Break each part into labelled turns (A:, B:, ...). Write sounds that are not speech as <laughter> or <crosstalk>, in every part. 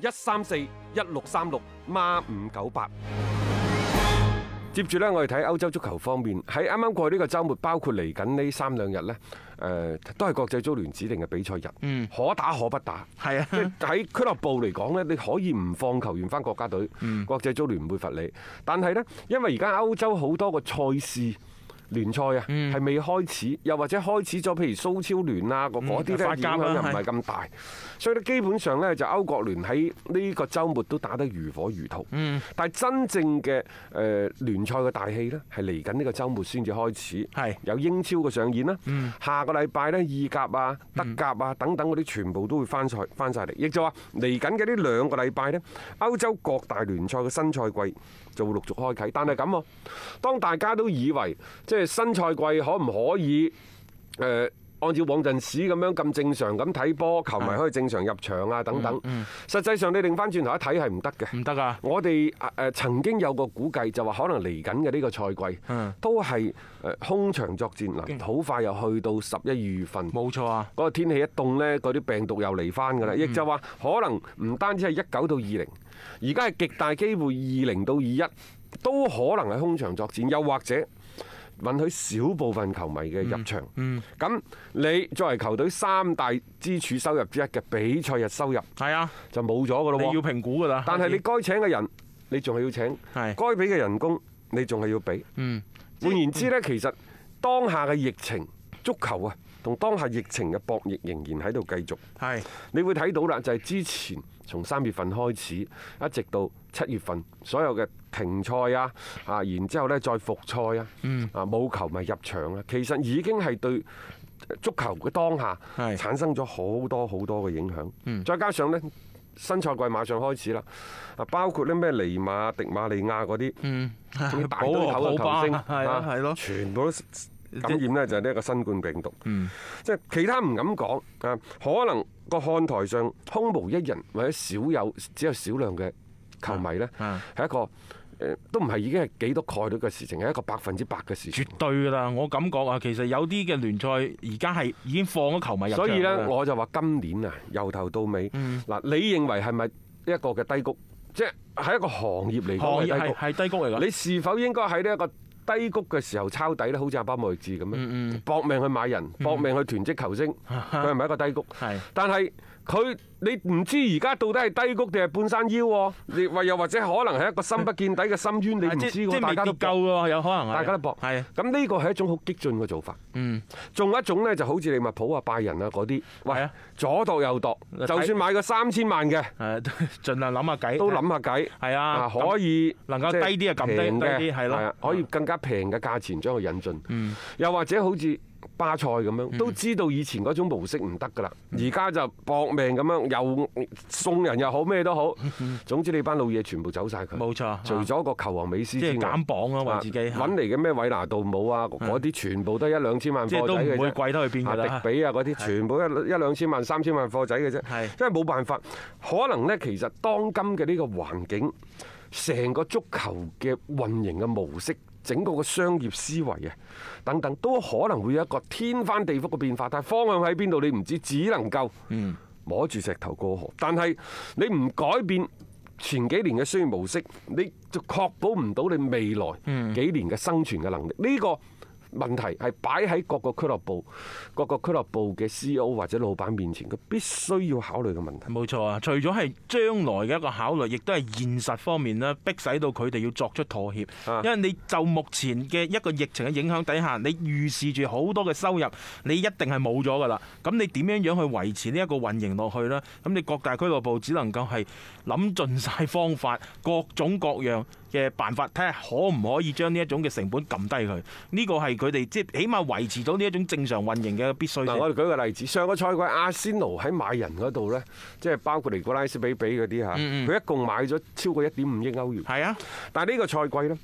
A: 一三四一六三六孖五九八。接住呢，我哋睇歐洲足球方面，喺啱啱過去呢個週末，包括嚟緊呢三兩日呢，誒、都係國際足聯指定嘅比賽日，
B: 嗯
A: 可打可不打。
B: 係啊
A: 即，係喺俱樂部嚟講呢，你可以唔放球員翻國家隊，
B: 嗯
A: 國際足聯唔會罰你。但係呢，因為而家歐洲好多個賽事聯賽啊，
B: 嗯
A: 係未開始，又或者開始咗，譬如蘇超聯啊，嗰嗰啲呢
B: 法
A: 影
B: 甲啊
A: 響又唔係咁大，所以呢，基本上呢，就歐國聯喺呢個週末都打得如火如荼。但係真正嘅誒聯賽嘅大戲呢，係嚟緊呢個週末先至開始。
B: 係
A: 有英超嘅上演啦，下個禮拜呢，意甲啊、德甲啊等等嗰啲全部都會翻晒翻曬嚟，亦就話嚟緊嘅呢兩個禮拜呢，歐洲各大聯賽嘅新賽季就會陸續開啟。但係咁喎，當大家都以為即係新賽季可唔可以誒？呃按照往陣時咁樣咁正常咁睇波，球迷可以正常入場啊等等。實際上你擰翻轉頭一睇係唔得嘅。
B: 唔得啊，
A: 我哋誒誒曾經有個估計，就話可能嚟緊嘅呢個賽季
B: 嗯
A: 都係誒空場作戰嗱，好快又去到十一二月份。
B: 冇錯啊，
A: 嗰個天氣一凍呢，嗰啲病毒又嚟翻㗎啦，亦就話可能唔單止係一九到二零，而家係極大機會二零到二一都可能係空場作戰，又或者允許少部分球迷嘅入場。咁你作為球隊三大支柱收入之一嘅比賽日收入
B: 係啊，
A: 就冇咗㗎咯
B: 你
A: 喎
B: 要。評估㗎啦。
A: 但係你該請嘅人，你仲係要請；
B: 啊係
A: 該俾嘅人工，你仲係要俾。
B: 嗯
A: 換言之呢，其實當下嘅疫情足球啊，同當下疫情嘅博弈仍然喺度繼續。
B: 係
A: 你會睇到啦，就係之前從三月份開始，一直到七月份，所有嘅停賽啊，啊，然之後呢再復賽啊，
B: 嗯
A: 啊冇球迷入場啊，其實已經係對呃足球嘅當下
B: 係嗯
A: 產生咗好多好多嘅影響。再加上呢。新賽季馬上開始啦，啊包括呢咩尼馬、迪馬利亞嗰啲，
B: 嗯，
A: 仲要大
B: <laughs>
A: 堆頭嘅
B: 普巴
A: 球星，
B: 係咯
A: 啊
B: 係咯
A: 全部都感染呢，就係呢一個新冠病毒。
B: 嗯
A: 即係其他唔敢講啊，可能個看台上空無一人或者少有只有少量嘅球迷呢，
B: 啊
A: 係一個誒都唔係已經係幾多概率嘅事情，係一個百分之百嘅事
B: 絕
A: 情。
B: 對㗎啦！我感覺啊，其實有啲嘅聯賽而家係已經放咗球迷入場
A: 所以
B: 㗎啦
A: 呢，我就話今年啊，由頭到尾，
B: 嗯
A: 嗱，你認為係咪一個嘅低谷？即係喺一個行業嚟
B: 行
A: 講係
B: 業
A: 低
B: 係
A: 谷。
B: 係低谷嚟㗎。
A: 你是否應該喺呢一個低谷嘅時候抄底呢？好似阿巴莫域治咁
B: 嗯
A: 樣，搏命去買人，搏命去囤積球
B: <laughs>
A: 星，佢係咪一個低谷？
B: 係
A: 但係佢你唔知而家到底係低谷定係半山腰喎？你或又或者可能係一個深不見底嘅深淵，你
B: 啊
A: 唔
B: 即
A: 知
B: 即
A: 喎。大
B: 未
A: 家都
B: 跌夠
A: 搏，
B: 喎，有可能係
A: 大家都搏。
B: 係啊
A: 咁呢個係一種好激進嘅做法。
B: 嗯
A: 仲有一種呢，就好似利物浦啊、拜仁啊嗰啲，
B: 係
A: 喂
B: 啊，
A: 左度右度，
B: 睇
A: 就算買個三千萬嘅，
B: 誒， <laughs> 盡量諗下計，
A: 都諗下計。
B: 係啊，
A: 可以
B: 能夠
A: 即係
B: 低啲就撳低
A: 平嘅
B: 低啲係咯嗯
A: 係啊可以更加平嘅價錢將佢引進。又或者好似巴塞咁樣，都知道以前嗰種模式唔得㗎啦，
B: 嗯
A: 而家就搏命咁樣，又送人又好，咩都
B: <laughs>
A: 好，總之你班老嘢全部走晒佢。
B: 冇錯啊
A: 除咗個球王美斯
B: 即
A: 之
B: 係
A: 外
B: 減。磅咯，為自己啊嗯
A: 揾嚟嘅咩韋拿杜姆啊，嗰啲全部都一兩千萬
B: 即係
A: 貨
B: 都
A: 仔嘅
B: 唔會
A: 啫。
B: 貴得去邊㗎
A: 啊
B: 啦
A: 迪。比啊嗰啲，全部一一兩千萬、三千萬貨仔嘅啫，
B: 係
A: 因為冇辦法，可能呢，其實當今嘅呢個環境，成個足球嘅運營嘅模式。整個嘅商業思維啊，等等都可能會有一個天翻地覆嘅變化，但係方向喺邊度你唔知，只能夠
B: 嗯
A: 摸住石頭過河。但係你唔改變前幾年嘅商業模式，你就確保唔到你未
B: 嗯
A: 來幾年嘅生存嘅能力。呢、個問題係擺喺各個俱樂部、各個俱樂部嘅 CEO 或者老闆面前，佢必須要考慮嘅問題。
B: 冇錯啊！除咗係將來嘅一個考慮，亦都係現實方面啦，迫使到佢哋要作出妥協。
A: 啊
B: 因為你就目前嘅一個疫情嘅影響底下，你預示住好多嘅收入，你一定係冇咗噶啦。咁你點樣樣去維持呢一個運營落去呢？咁你各大俱樂部只能夠係諗盡晒方法，各種各樣嘅辦法，睇下可唔可以將呢一種嘅成本撳低佢。呢個係佢哋即係起碼維持到呢一種正常運營嘅必須
A: 嗱，
B: 啫。
A: 我哋舉個例子，上個賽季阿仙奴喺買人嗰度呢，即係包括尼古拉斯比比嗰啲嚇，
B: 嗯嗯
A: 佢一共買咗超過一點五億歐元，
B: 係啊，
A: 但係呢個賽季呢，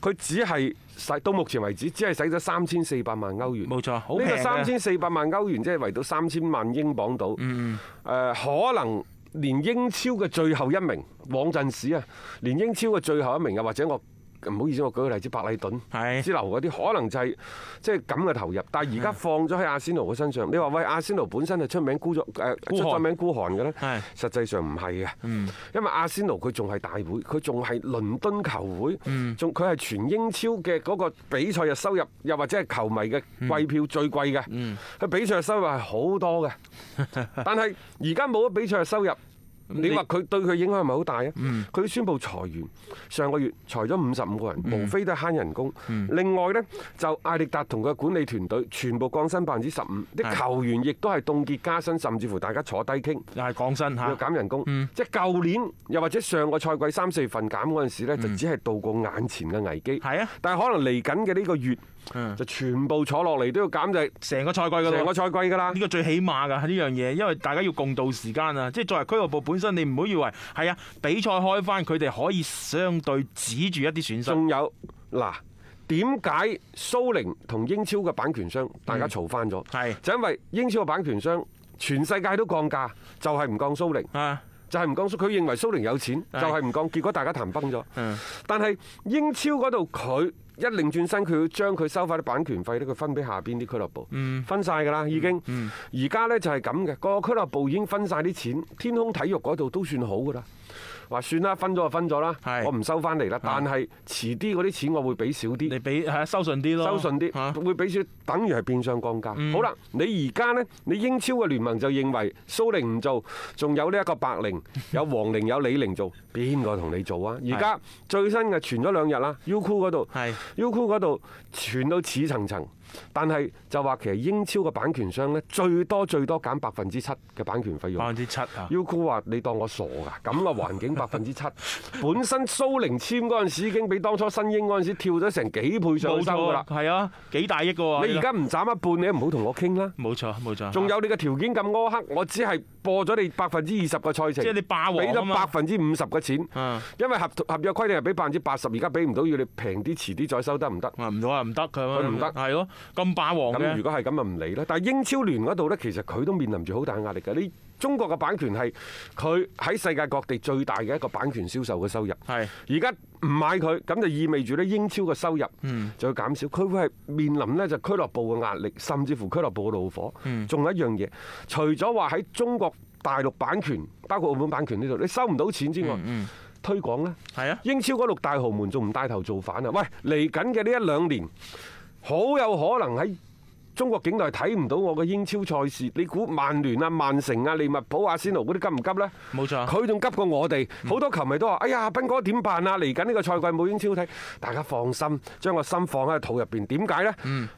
A: 佢只係使到目前為止只係使咗三千四百萬歐元。
B: 冇錯，好
A: 呢
B: 平
A: 個
B: 啊嘅
A: 三千四百萬歐元即係圍到三千萬英鎊到，誒、
B: 嗯
A: 可能連英超嘅最後一名，往陣時啊，連英超嘅最後一名啊，或者我唔好意思，我舉個例子，白禮頓。
B: 係啊
A: 之流嗰啲，可能就係即係咁嘅投入。但係而家放咗喺阿仙奴嘅身上，你話喂阿仙奴本身係出名孤咗誒
B: 孤寒
A: 出咗名孤寒嘅咧
B: 係，嗯
A: 實際上唔係嘅，因為阿仙奴佢仲係大會，佢仲係倫敦球
B: 嗯
A: 會，仲佢係全英超嘅嗰個比賽日收入，又或者係球迷嘅季票最貴
B: 嗯
A: 嘅，佢比賽日收入係好多
B: <laughs>
A: 嘅，但係而家冇咗比賽日收入。你話佢對佢影響係咪好大啊？
B: 嗯
A: 佢宣布裁員，上個月裁咗五十五個
B: 嗯
A: 人，無非都係慳人工。另外呢，就艾力達同佢嘅管理團隊全部降薪百分之十五，啲
B: 係
A: 球員亦都係凍結加薪，甚至乎大家坐低傾。
B: 又係降薪
A: 要
B: 嚇，
A: 減人工，
B: 嗯
A: 即係舊年又或者上個賽季三四月份減嗰陣時咧，就只係渡過眼前嘅危機。
B: 嗯係啊
A: 但係可能嚟緊嘅呢個月
B: 嗯
A: 就全部坐落嚟都要減，就係
B: 成個賽季㗎啦
A: 成。個賽季㗎啦
B: 呢。個最起碼㗎呢樣嘢，因為大家要共度時間啊！即係作為俱樂部本身，你唔好以為係啊比賽開翻，佢哋可以相對止住一啲損失。
A: 仲有嗱，點解蘇寧同英超嘅版權商大家嘈翻咗？
B: 係
A: 就因為英超嘅版權商全世界都降價，就係唔降蘇寧，
B: 啊，
A: 就係唔降蘇。佢認為蘇寧有錢，就
B: 係
A: 係唔降。結果大家談崩咗。
B: 嗯，
A: 但係英超嗰度佢一另轉身，佢要將佢收翻啲版權費咧，佢分俾下邊啲俱樂部，
B: 嗯
A: 分晒㗎啦已經。而家呢就係咁嘅，個俱樂部已經分晒啲錢，天空體育嗰度都算好㗎啦。話算啦，分咗就分咗啦
B: 係，
A: 我唔收翻嚟啦。但係遲啲嗰啲錢我會俾少啲。
B: 你俾係啊收順啲咯，
A: 收順
B: 嚇嗯
A: 啲，會俾少，等於係變相降價。好啦，你而家呢，你英超嘅聯盟就認為蘇寧唔做，仲有呢一個白寧、
B: <laughs>
A: 有黃寧、有李寧做，邊個同你做啊？而家最新嘅傳咗兩日啦，Uku 嗰度
B: 係
A: ，Uku 嗰度傳到似層層，但係就話其實英超嘅版權商呢，最多最多減百分之七嘅版權費用
B: 百。分之七啊，
A: Uku 話：你當我傻㗎？咁嘅環境百分
B: <laughs>
A: 之七，本身蘇寧簽嗰陣時已經比當初新英嗰陣時跳咗成幾倍上
B: 冇
A: 去收㗎
B: 錯
A: 啦
B: 啊，。係啊，幾大億㗎喎！
A: 你而家唔斬一半，你都唔好同我傾啦。
B: 冇錯冇錯，
A: 仲有你嘅條件咁苛刻，我只係播咗你百分之二十嘅賽程，
B: 即係你霸王
A: 俾
B: 啊
A: 咗
B: 嘛
A: 百分之五十嘅錢，
B: 嗯
A: 因為合合約規定係俾百分之八十，而家俾唔到，要你平啲，遲啲再收得唔得？
B: 啊唔到啊唔得佢啊
A: 佢唔得
B: 係咯咁霸王
A: 咁如
B: 嘅
A: 果係咁啊唔理啦。但係英超聯嗰度呢，其實佢都面臨住好大壓力嘅。你中國嘅版權係佢喺世界各地最大嘅一個版權銷售嘅收入。
B: 係
A: 而家唔買佢，咁就意味住咧英超嘅收入就會減少，佢會係面臨呢就俱樂部嘅壓力，甚至乎俱樂部嘅怒火。仲有一樣嘢，除咗話喺中國大陸版權，包括澳門版權呢度，你收唔到錢之外，推廣咧，
B: 係啊
A: 英超嗰六大豪門仲唔帶頭造反啊？喂，嚟緊嘅呢一兩年，好有可能喺中國境內睇唔到我嘅英超賽事，你估曼聯啊、曼城啊、利物浦、阿仙奴嗰啲急唔急呢？
B: 冇錯
A: 佢仲急過我哋，
B: 嗯
A: 好多球迷都話：哎呀，斌哥點辦啊？嚟緊呢個賽季冇英超睇，大家放心，將個心放喺肚入邊。點解呢？
B: 嗯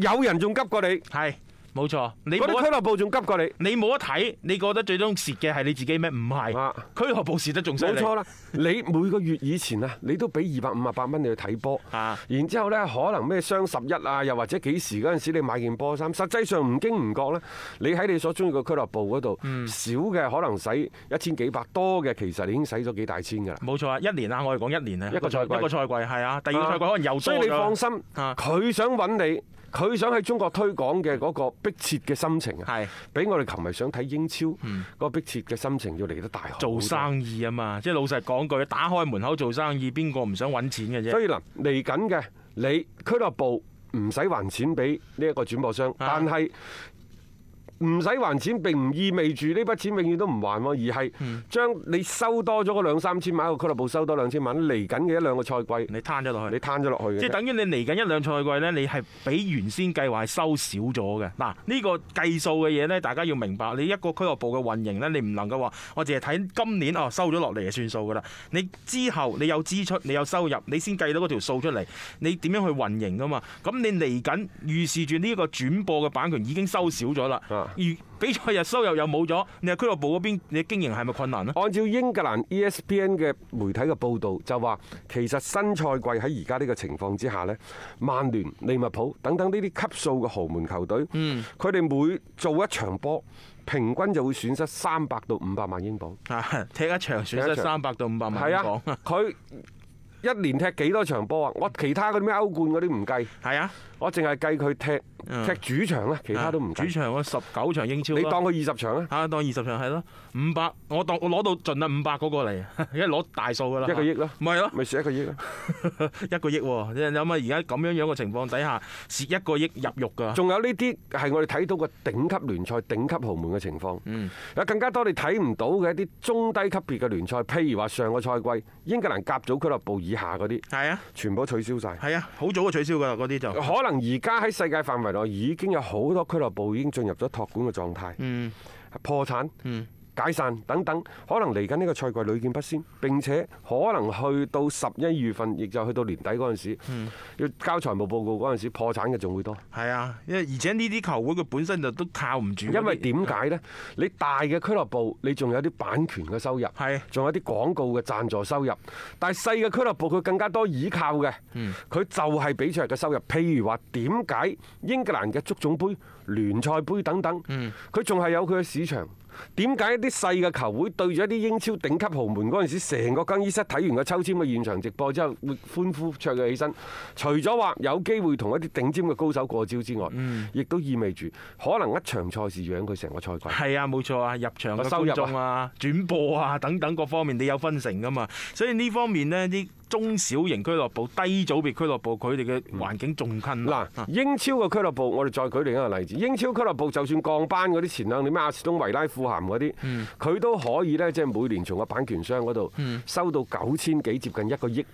A: 有人仲急過你，嗰
B: 係冇錯，你
A: 啲
B: 冇
A: 俱
B: 得
A: 樂部仲急過你。
B: 你冇得睇，你覺得最終蝕嘅係你自己咩？唔係
A: 啊，
B: 俱樂部蝕得仲犀
A: 冇
B: 利。
A: 錯啦，你每個月以前啊，你都俾二百五啊八蚊你去睇波
B: 啊，
A: 然之後呢，可能咩雙十一啊，又或者幾時嗰陣時你買件波衫，實際上唔經唔覺呢，你喺你所中意嘅俱樂部嗰度，
B: 嗯
A: 少嘅可能使一千幾百，多嘅其實你已經使咗幾大千㗎啦。
B: 冇錯啊，一年啊，我哋講一年啊，
A: 一個賽季
B: 一個賽季係啊，第二個賽季可能又多咗
A: 所以你放心，
B: 啊
A: 佢想揾你，佢想喺中國推廣嘅嗰個迫切嘅心情啊，
B: 係嗯
A: 比我哋球迷想睇英超嗰個迫切嘅心情要嚟得大好多
B: 做。生意啊嘛，即係老實講句，打開門口做生意，邊個唔想揾錢嘅啫？
A: 所以嗱，嚟緊嘅你俱樂部唔使還錢俾呢一個轉播
B: 啊
A: 商，但係。唔使還錢並唔意味住呢筆錢永遠都唔還喎，而係
B: 嗯
A: 將你收多咗嗰兩三千萬，一個俱樂部收多兩千萬，嚟緊嘅一兩個賽季，
B: 你攤咗落去
A: 你。攤咗落去嘅啫。
B: 即係等於你嚟緊一兩賽季呢，你係比原先計劃係收少咗嘅。嗱，呢個計數嘅嘢呢，大家要明白。你一個俱樂部嘅運營呢，你唔能夠話我淨係睇今年哦收咗落嚟就算數㗎啦。你之後你有支出，你有收入，你先計到嗰條數出嚟。你點樣去運營㗎嘛？咁你嚟緊預示住呢個轉播嘅版權已經收少咗啦
A: 啊。
B: 而比賽日收入又冇咗，你話俱樂部嗰邊你經營係咪困難呢？
A: 按照英格蘭 E ESPN 嘅媒體嘅報導，就話其實新賽季喺而家呢個情況之下呢，曼聯、利物浦等等呢啲級數嘅豪門球隊，
B: 嗯
A: 佢哋每做一場波，平均就會損失三百到五百萬英鎊。
B: 啊，踢一場損
A: 踢
B: 失
A: 一
B: 三
A: 場
B: 百到五百萬
A: 係
B: 英
A: 啊
B: 鎊，，
A: 佢一年踢幾多場波啊？我其他嗰啲咩歐冠嗰啲唔計，
B: 係啊，
A: 我淨係計佢踢踢主場啊啦，其他都唔
B: 嗯主
A: 計。
B: 場嗰十九場英超
A: 你
B: 啦
A: 當佢二十場啊，
B: 啊，當二十場係咯，五百，我當我攞到盡啦，五百嗰個嚟， <laughs> 因為攞大數噶啦，
A: 一個億啦
B: 咪係咯， <laughs>
A: 咪蝕一個億啦。啊
B: 一個億喎，你諗下而家咁樣樣嘅情況底下，蝕一個億入獄㗎，
A: 仲有呢啲係我哋睇到嘅頂級聯賽、頂級豪門嘅情況。
B: 嗯
A: 有更加多你睇唔到嘅一啲中低級別嘅聯賽，譬如話上個賽季英格蘭甲組俱樂部以下嗰啲，
B: 係啊，
A: 全部取消晒。
B: 係啊，好早就取消㗎啦，嗰啲就
A: 可，能而家喺世界範圍內已經有好多俱樂部已經進入咗託管嘅狀態，
B: 嗯
A: 破產、
B: 嗯。
A: 解散等等，可能嚟緊呢個賽季屢見不鮮，並且可能去到十一月份，亦就去到年底嗰陣時，
B: 嗯
A: 要交財務報告嗰陣時，破產嘅仲會多。
B: 係啊，因為而且呢啲球會佢本身就都靠唔住嗰啲，
A: 因為點解呢？你大嘅俱樂部，你仲有啲版權嘅收入，
B: 係
A: 仲有啲廣告嘅贊助收入。但係細嘅俱樂部佢更加多倚靠嘅，佢就係比賽日嘅收入。譬如話點解英格蘭嘅足總杯、聯賽杯等等，佢仲係有佢嘅市場。點解一啲細嘅球會對住一啲英超頂級豪門嗰陣時，成個更衣室睇完個抽籤嘅現場直播之後，會歡呼雀躍起身？除咗話有機會同一啲頂尖嘅高手過招之外，亦都意味住可能一場賽事養佢成個賽季。
B: 係啊，冇錯啊，入場嘅
A: 個收入
B: 觀
A: 啊
B: 眾啊、轉播啊等等各方面，你有分成噶嘛。所以呢方面呢，啲中小型俱樂部、低組別俱樂部，佢哋嘅環境仲近
A: 嗯嗱
B: 啊。，
A: 英超嘅俱樂部，我哋再舉另一個例子。英超俱樂部就算降班嗰啲前兩年咩阿士東維拉、富咸嗰啲，佢都可以呢，即係每年從個版權商嗰度收到九千幾，接近一個億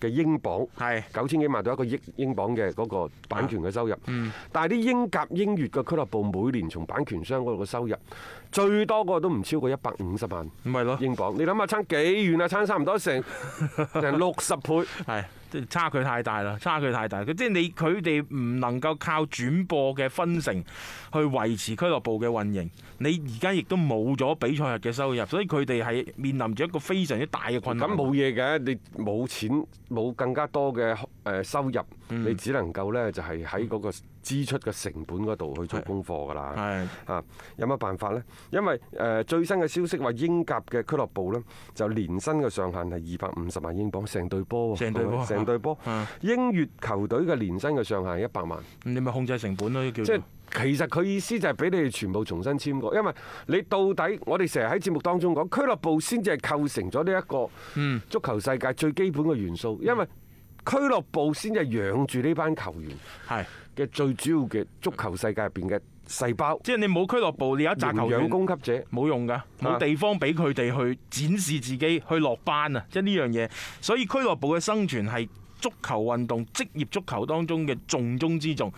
A: 嘅英鎊。
B: 係
A: 九千幾萬到一個億英鎊嘅嗰個版權嘅收入，但係啲英甲、英乙嘅俱樂部每年從版權商嗰度嘅收入最多嗰個都唔超過一百五十萬
B: 唔係咯？
A: 英鎊。你諗下差幾遠啊？差差唔多成成六十倍。
B: 係即係差距太大啦，差距太大。佢即係你佢哋唔能夠靠轉播嘅分成去維持俱樂部嘅運營。你而家亦都冇咗比賽日嘅收入，所以佢哋係面臨住一個非常之大嘅困難。
A: 咁冇嘢嘅，你冇錢冇更加多嘅誒收入，
B: 嗯
A: 你只能夠呢就係喺嗰個支出嘅成本嗰度去做功課㗎啦。
B: 係
A: 啊，有乜辦法呢？因為誒、呃最新嘅消息話，英甲嘅俱樂部呢，就年薪嘅上限係二百五十萬英鎊，成隊波喎，
B: 成隊波
A: 成隊波
B: 嗯。
A: 英乙球隊嘅年薪嘅上限係一百萬，
B: 你咪控制成本咯，叫
A: 即
B: 做
A: 係。其實佢意思就係俾你哋全部重新簽過，因為你到底我哋成日喺節目當中講，俱樂部先至係構成咗呢一個
B: 嗯
A: 足球世界最基本嘅元素，因為俱樂部先至係養住呢班球員
B: 係。
A: 嘅最主要嘅足球世界入邊嘅細胞，
B: 即係你冇俱樂部，你有一扎
A: 營
B: 球
A: 養
B: 員
A: 供給者。
B: 冇用噶，冇
A: 啊
B: 地方俾佢哋去展示自己，去落班啊！即係呢樣嘢，所以俱樂部嘅生存係足球運動、職業足球當中嘅重中之重。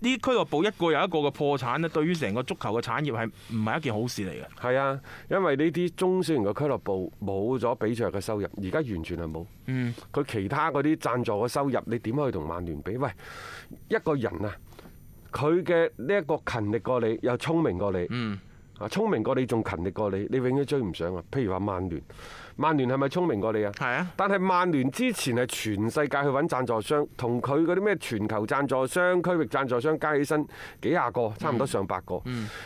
B: 呢啲俱樂部一個又一個嘅破產咧，對於成個足球嘅產業係唔係一件好事嚟嘅？
A: 係啊，因為呢啲中小型嘅俱樂部冇咗比賽嘅收入，而家完全係冇。
B: 嗯，
A: 佢其他嗰啲贊助嘅收入，你點可以同曼聯比？喂，一個人啊，佢嘅呢一個勤力過你，又聰明過你，
B: 嗯，
A: 啊聰明過你仲勤力過你，你永遠追唔上啊！譬如話曼聯，曼聯係咪聰明過你啊？
B: 係啊，
A: 但係曼聯之前係全世界去揾贊助商，同佢嗰啲咩全球贊助商、區域贊助商加起身幾廿個，差唔多上百個。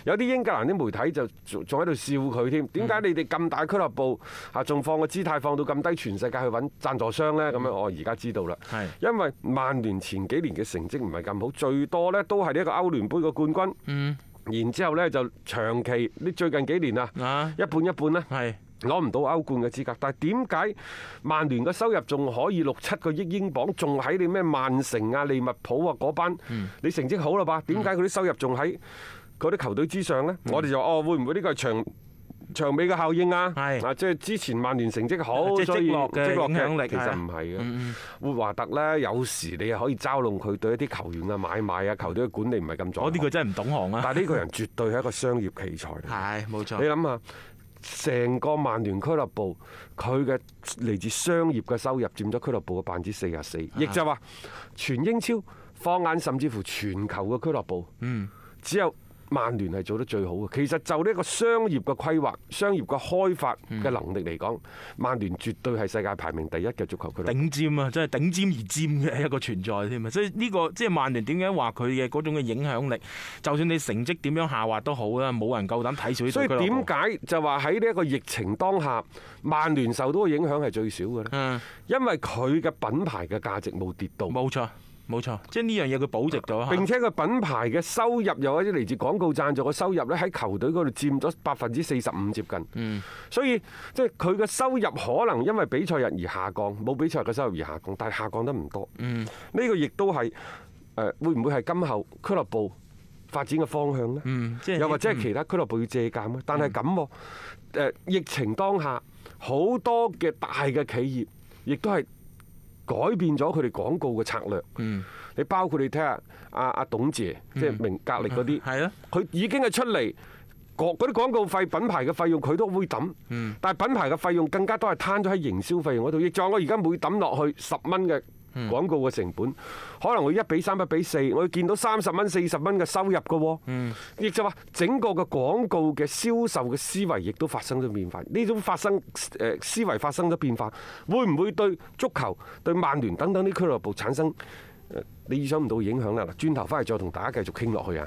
A: 有啲英格蘭啲媒體就仲仲喺度笑佢添，點解你哋咁大俱樂部啊，仲放個姿態放到咁低，全世界去揾贊助商呢？咁樣我而家知道啦。
B: 係
A: 因為曼聯前幾年嘅成績唔係咁好，最多呢都係呢一個歐聯杯嘅冠軍。然之後呢，就長期，呢最近幾年啊，
B: 啊，
A: 一半一半啦。
B: 係
A: 攞唔到歐冠嘅資格，但係點解曼聯嘅收入仲可以六七個億英鎊，仲喺你咩曼城啊、利物浦啊嗰班？
B: 嗯
A: 你成績好啦吧？點解佢啲收入仲喺嗰啲球隊之上呢？
B: 嗯
A: 我哋就話哦，會唔會呢個係長長尾嘅效應啊？
B: 係
A: 啊，即係之前曼聯成績好，
B: 即係
A: 所以
B: 積落嘅
A: 積落
B: 影響力啊嗯
A: 其實
B: 係
A: 唔係嘅。活華特呢，有時你係可以嘲弄佢對一啲球員嘅買賣啊、球隊嘅管理唔係咁在
B: 嗰
A: 行
B: 啲佢真係唔懂行啊！
A: 但係呢個人絕對係一個商業奇才嚟。
B: 係冇錯
A: 你，諗下，成個曼聯俱樂部佢嘅嚟自商業嘅收入佔咗俱樂部嘅百分之四十四，
B: 啊
A: 亦就話全英超放眼甚至乎全球嘅俱樂部，
B: 嗯
A: 只有曼聯係做得最好嘅。其實就呢一個商業嘅規劃、商業嘅開發嘅能力嚟講，曼聯絕對係世界排名第一嘅足球俱樂部。
B: 嗯頂尖啊，真係頂尖而尖嘅一個存在添啊！所以呢、個即係曼聯點解話佢嘅嗰種嘅影響力，就算你成績點樣下滑都好啦，冇人夠膽睇小呢
A: 所
B: 隊
A: 以
B: 俱樂
A: 點
B: 部。
A: 解就話喺呢一個疫情當下，曼聯受到嘅影響係最少嘅呢？
B: 嗯，
A: 因為佢嘅品牌嘅價值冇跌到。
B: 冇錯冇錯，即係呢樣嘢佢保值咗。
A: 並且佢品牌嘅收入又或者嚟自廣告贊助嘅收入咧，喺球隊嗰度佔咗百分之四十五接近。
B: 嗯，
A: 所以即係佢嘅收入可能因為比賽日而下降，冇比賽日嘅收入而下降，但係下降得唔多。
B: 嗯，
A: 呢個亦都係誒會唔會係今後俱樂部發展嘅方向呢？
B: 嗯，即係
A: 又或者係其他俱樂部要借鑑咧？但係咁喎誒疫情當下，好多嘅大嘅企業亦都係改變咗佢哋廣告嘅策略。
B: 嗯
A: 你包括你睇下阿阿董姐，即係明格力嗰啲，
B: 係啊，
A: 佢已經係出嚟。嗰嗰啲廣告費、品牌嘅費用佢都會抌，
B: 嗯
A: 但係品牌嘅費用更加多係攤咗喺營銷費用嗰度。亦在我而家每抌落去十蚊嘅廣告嘅成本，可能我一比三、一比四，我要見到三十蚊、四十蚊嘅收入嘅喎。亦就話整個嘅廣告嘅銷售嘅思維亦都發生咗變化。呢種發生誒思維發生咗變化，會唔會對足球、對曼聯等等啲俱樂部產生？誒你意想唔到嘅影響啦！嗱，轉頭翻嚟再同大家繼續傾落去啊！